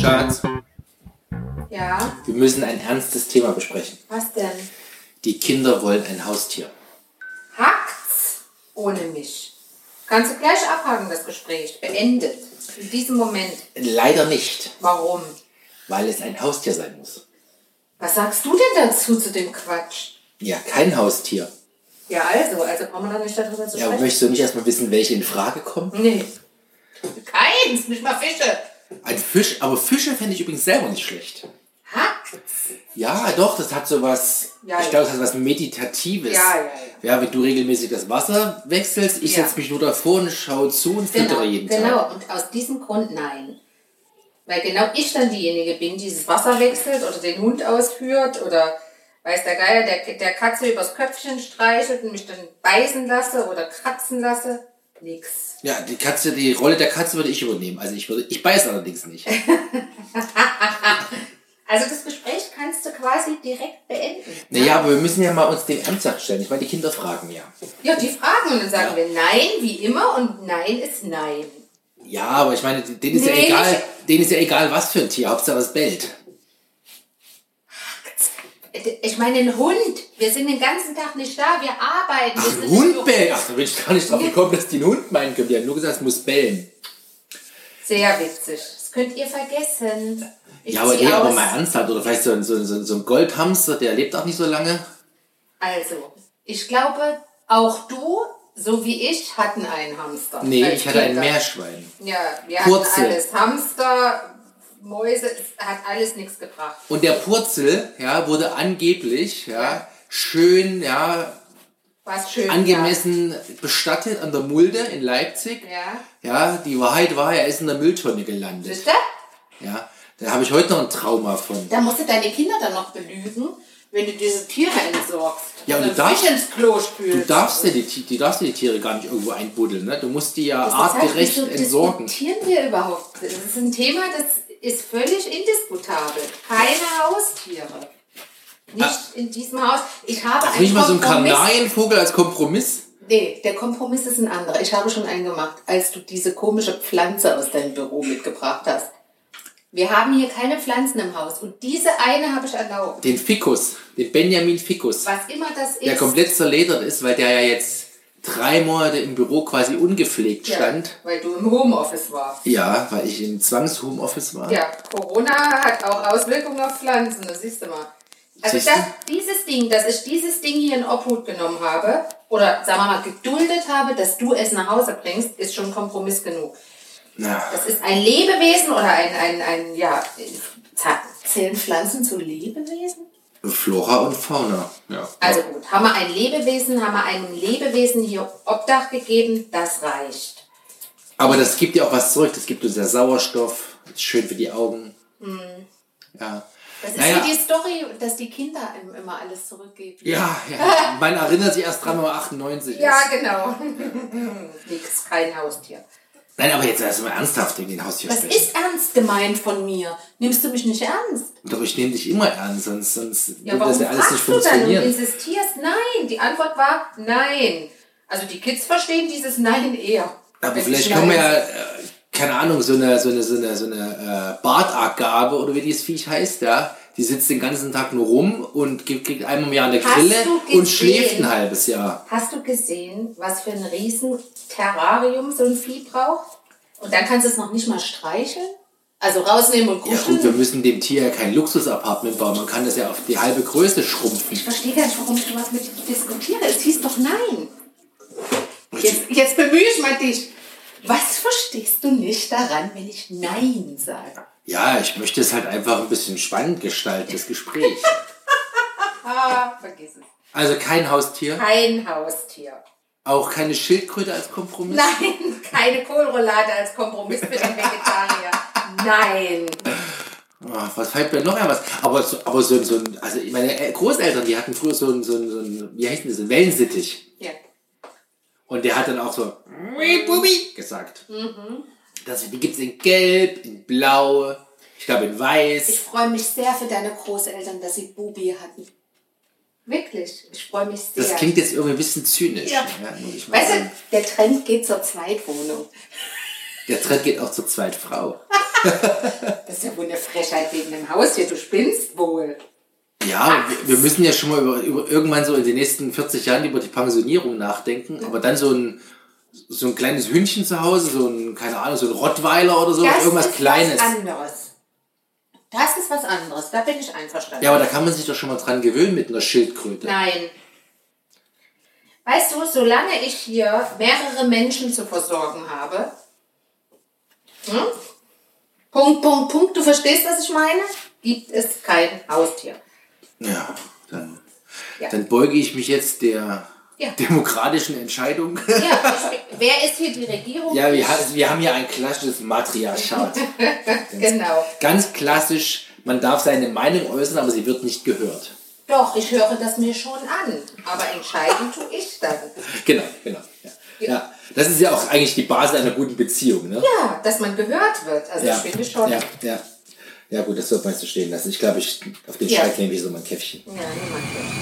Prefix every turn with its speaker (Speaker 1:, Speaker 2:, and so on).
Speaker 1: Schatz,
Speaker 2: Ja,
Speaker 1: wir müssen ein ernstes Thema besprechen.
Speaker 2: was denn?
Speaker 1: Die Kinder wollen ein Haustier.
Speaker 2: Hackt's ohne mich. Kannst du gleich abhaken, das Gespräch. Beendet. In diesem Moment.
Speaker 1: Leider nicht,
Speaker 2: Warum?
Speaker 1: weil es ein Haustier sein muss.
Speaker 2: Was sagst du denn dazu zu dem Quatsch?
Speaker 1: Ja, kein Haustier.
Speaker 2: Ja, also, also brauchen wir doch nicht darüber zu
Speaker 1: Ja,
Speaker 2: sprechen.
Speaker 1: möchtest du nicht erstmal wissen, welche in Frage kommen?
Speaker 2: nee. Keins, nicht mal Fische.
Speaker 1: Ein Fisch, aber Fische fände ich übrigens selber nicht schlecht.
Speaker 2: Hackt's.
Speaker 1: Ja, doch, das hat so was,
Speaker 2: Ja,
Speaker 1: ich glaube, das hat was Meditatives.
Speaker 2: Ja, ja,
Speaker 1: ja. Ja, wenn du regelmäßig das Wasser wechselst, ich
Speaker 2: Ja.
Speaker 1: setze mich nur davor und schaue zu und füttere
Speaker 2: Genau,
Speaker 1: jeden Tag.
Speaker 2: genau. und aus diesem Grund nein. Weil genau ich dann diejenige bin, die das Wasser wechselt oder den Hund ausführt oder weiß der Geier, der, der Katze übers Köpfchen streichelt und mich dann beißen lasse oder kratzen lasse. Nix.
Speaker 1: Ja, die Katze, die Rolle der Katze würde ich übernehmen. Also ich würde, ich beiße allerdings nicht.
Speaker 2: Also das Gespräch kannst du quasi direkt beenden.
Speaker 1: Naja, aber wir müssen ja mal uns dem ernsthaft stellen. Ich meine, die Kinder fragen ja.
Speaker 2: Ja, die fragen und dann sagen wir nein, wie immer und nein ist nein.
Speaker 1: Ja, aber ich meine, denen ist ja
Speaker 2: Nee,
Speaker 1: egal,
Speaker 2: nicht-
Speaker 1: denen ist ja egal, was für ein Tier, Hauptsache es bellt.
Speaker 2: Ich meine, ein Hund. Wir sind den ganzen Tag nicht da, wir arbeiten. wir
Speaker 1: Ach,
Speaker 2: sind
Speaker 1: ein
Speaker 2: im
Speaker 1: Hund
Speaker 2: Büro.
Speaker 1: bellt! Ach, da bin ich gar nicht drauf gekommen, dass die einen Hund meinen können. Die haben nur gesagt, es muss bellen.
Speaker 2: Sehr witzig. Das könnt ihr vergessen. Ich
Speaker 1: ja, aber
Speaker 2: zieh
Speaker 1: nee, aber
Speaker 2: aus.
Speaker 1: mal ernsthaft. Oder vielleicht so ein, so, ein- so, ein- so ein Goldhamster, der lebt auch nicht so lange.
Speaker 2: Also, ich glaube, auch du, so wie ich, hatten einen Hamster.
Speaker 1: Nee,
Speaker 2: Als
Speaker 1: ich hatte ein
Speaker 2: Kinder.
Speaker 1: Meerschwein.
Speaker 2: Ja, wir
Speaker 1: Kurze.
Speaker 2: hatten alles. Hamster, Mäuse, es hat alles nichts gebracht.
Speaker 1: Und der Purzel, ja, wurde angeblich, ja, schön, ja,
Speaker 2: Was schön.
Speaker 1: angemessen bestattet an der Mulde in Leipzig.
Speaker 2: Ja. ja.
Speaker 1: Ja, die Wahrheit war, er ist in der Mülltonne gelandet.
Speaker 2: Siehst du?
Speaker 1: Ja, da habe ich heute noch ein Trauma von.
Speaker 2: Da musst du deine Kinder dann noch belügen, wenn du diese Tiere entsorgst.
Speaker 1: Ja, und
Speaker 2: Oder
Speaker 1: du darfst-
Speaker 2: Fisch ins Klo spülst.
Speaker 1: Du darfst ja die, Ti- die, darfst ja die Tiere gar nicht irgendwo einbuddeln, ne? Du musst die ja
Speaker 2: Das heißt,
Speaker 1: artgerecht
Speaker 2: wieso
Speaker 1: entsorgen.
Speaker 2: diskutieren wir überhaupt? Das ist ein Thema, das ist völlig indiskutabel. Keine Haustiere. Nicht in diesem Haus. Ich habe
Speaker 1: Ah. Ach,
Speaker 2: einen
Speaker 1: Nicht mal so ein
Speaker 2: Kompromiss.
Speaker 1: Kanarienvogel als Kompromiss.
Speaker 2: Nee, der Kompromiss ist ein anderer. Ich habe schon einen gemacht, als du diese komische Pflanze aus deinem Büro mitgebracht hast. Wir haben hier keine Pflanzen im Haus und diese eine habe ich erlaubt.
Speaker 1: Den Ficus, den Benjamin Ficus,
Speaker 2: Was immer das ist.
Speaker 1: der komplett zerledert ist, weil der ja jetzt drei Monate im Büro quasi ungepflegt
Speaker 2: Ja,
Speaker 1: stand.
Speaker 2: Weil du im Homeoffice warst.
Speaker 1: Ja, weil ich im Zwangs-Homeoffice war.
Speaker 2: Ja, Corona hat auch Auswirkungen auf Pflanzen, das siehst du mal. Also
Speaker 1: Siehst du?
Speaker 2: das, dieses Ding, dass ich dieses Ding hier in Obhut genommen habe, oder sagen wir mal geduldet habe, dass du es nach Hause bringst, ist schon Kompromiss genug.
Speaker 1: Na,
Speaker 2: Das ist ein Lebewesen oder ein, ein, ein ja, zack. Zählen Pflanzen zu Lebewesen?
Speaker 1: Flora und Fauna. Ja.
Speaker 2: Also gut, haben wir ein Lebewesen, haben wir einem Lebewesen hier Obdach gegeben, das reicht.
Speaker 1: Aber das gibt ja auch was zurück. Das gibt uns ja Sauerstoff. Ist schön für die Augen.
Speaker 2: Mhm.
Speaker 1: Ja.
Speaker 2: Das ist
Speaker 1: Naja.
Speaker 2: wie die Story, dass die Kinder einem immer alles zurückgeben.
Speaker 1: Ja, ja. Man erinnert sich erst dran, wenn man 98 ist.
Speaker 2: Ja, genau. Nix, kein Haustier.
Speaker 1: Nein, aber jetzt erstmal ernsthaft in den Haustier
Speaker 3: Das ist ernst gemeint von mir. Nimmst du mich nicht ernst?
Speaker 1: Doch ich nehme dich immer ernst, sonst, sonst
Speaker 2: Ja,
Speaker 1: würde
Speaker 2: warum
Speaker 1: das ja alles nicht
Speaker 2: fragst du dann und
Speaker 1: funktionieren.
Speaker 2: insistierst? Nein, die Antwort war nein. Also die Kids verstehen dieses Nein eher.
Speaker 1: Aber
Speaker 2: Wenn
Speaker 1: vielleicht
Speaker 2: ich
Speaker 1: können wir
Speaker 2: nein-
Speaker 1: ja, äh, keine Ahnung, so eine, so eine, so eine, so eine äh, Bartagabe oder wie dieses Viech heißt, ja. Die sitzt den ganzen Tag nur rum und gibt- kriegt einmal im Jahr eine
Speaker 2: Hast
Speaker 1: Grille
Speaker 2: du
Speaker 1: und
Speaker 2: gesehen?
Speaker 1: schläft ein halbes Jahr.
Speaker 2: Hast du gesehen, was für ein riesen Terrarium so ein Vieh braucht?
Speaker 3: Und dann kannst du es noch nicht mal streicheln? Also rausnehmen und
Speaker 1: Ja gut,
Speaker 3: kuscheln?
Speaker 1: wir müssen dem Tier ja kein Luxus-Apartment bauen. Man kann das ja auf die halbe Größe schrumpfen.
Speaker 3: ich verstehe gar nicht, warum ich was mit dir diskutiere. Es hieß doch nein. Jetzt, jetzt bemühe ich mal dich. Was verstehst du nicht daran, wenn ich nein sage?
Speaker 1: Ja, ich möchte es halt einfach ein bisschen spannend gestalten, das Gespräch.
Speaker 2: Ah, vergiss es.
Speaker 1: Also kein Haustier,
Speaker 2: Kein Haustier.
Speaker 1: auch keine Schildkröte als Kompromiss.
Speaker 2: Nein, keine Kohlroulade als Kompromiss mit dem Vegetarier. Nein.
Speaker 1: Ach, Ah, was fällt mir noch etwas? Aber so, aber so, so ein, also meine El- Großeltern, die hatten früher so ein, so ein, so ein wie heißt denn das, ein Wellensittich.
Speaker 2: Ja.
Speaker 1: Und der hat dann auch so "Mui, Bubi gesagt.
Speaker 3: Mhm.
Speaker 1: Das, die gibt's in Gelb, in Blau, ich glaube in
Speaker 3: Ich
Speaker 1: Weiß.
Speaker 3: freue mich sehr für deine Großeltern, dass sie Bubi hatten.
Speaker 2: Wirklich, ich freue mich sehr.
Speaker 1: Das klingt jetzt irgendwie ein bisschen zynisch.
Speaker 3: Ja.
Speaker 1: muss ich mal
Speaker 3: Weißt du,
Speaker 1: sagen.
Speaker 3: der Trend geht zur Zweitwohnung.
Speaker 1: Der Trend geht auch zur Zweitfrau.
Speaker 2: Das ist ja wohl eine Frechheit wegen einem Haustier. Du spinnst wohl.
Speaker 1: Ja, wir- wir müssen ja schon mal über, über irgendwann so in den nächsten 40 Jahren über die Pensionierung nachdenken, aber dann so ein so ein kleines Hündchen zu Hause, so ein keine Ahnung, so ein Rottweiler oder so, irgendwas
Speaker 2: ist
Speaker 1: kleines.
Speaker 2: was anderes. Das ist was anderes. Da bin ich einverstanden.
Speaker 1: Ja, aber da kann man sich doch schon mal dran gewöhnen mit einer Schildkröte.
Speaker 2: Nein. Weißt du, solange ich hier mehrere Menschen zu versorgen habe. Hm? Punkt, Punkt, Punkt. Du verstehst, was ich meine? Gibt es kein Haustier.
Speaker 1: Ja, dann,
Speaker 2: Ja.
Speaker 1: dann beuge ich mich jetzt der
Speaker 2: Ja.
Speaker 1: demokratischen Entscheidung.
Speaker 2: Ja, ich, wer ist hier die Regierung?
Speaker 1: Ja, wir, ha- wir haben hier ein klassisches Matriarchat.
Speaker 2: Genau.
Speaker 1: Ganz klassisch, man darf seine Meinung äußern, aber sie wird nicht gehört.
Speaker 2: Doch, ich höre das mir schon an. Aber entscheiden tue ich dann.
Speaker 1: Genau, genau. Ja. Ja. Das ist ja auch eigentlich die Basis einer guten Beziehung, ne?
Speaker 2: Ja, dass man gehört wird. Also ich finde schon.
Speaker 1: ja, ja. Ja, gut, das wird man jetzt so stehen lassen. Ich glaube, ich, auf den
Speaker 2: Ja.
Speaker 1: Schalt nehme ich so mein Käffchen.
Speaker 2: Ja, niemand hört.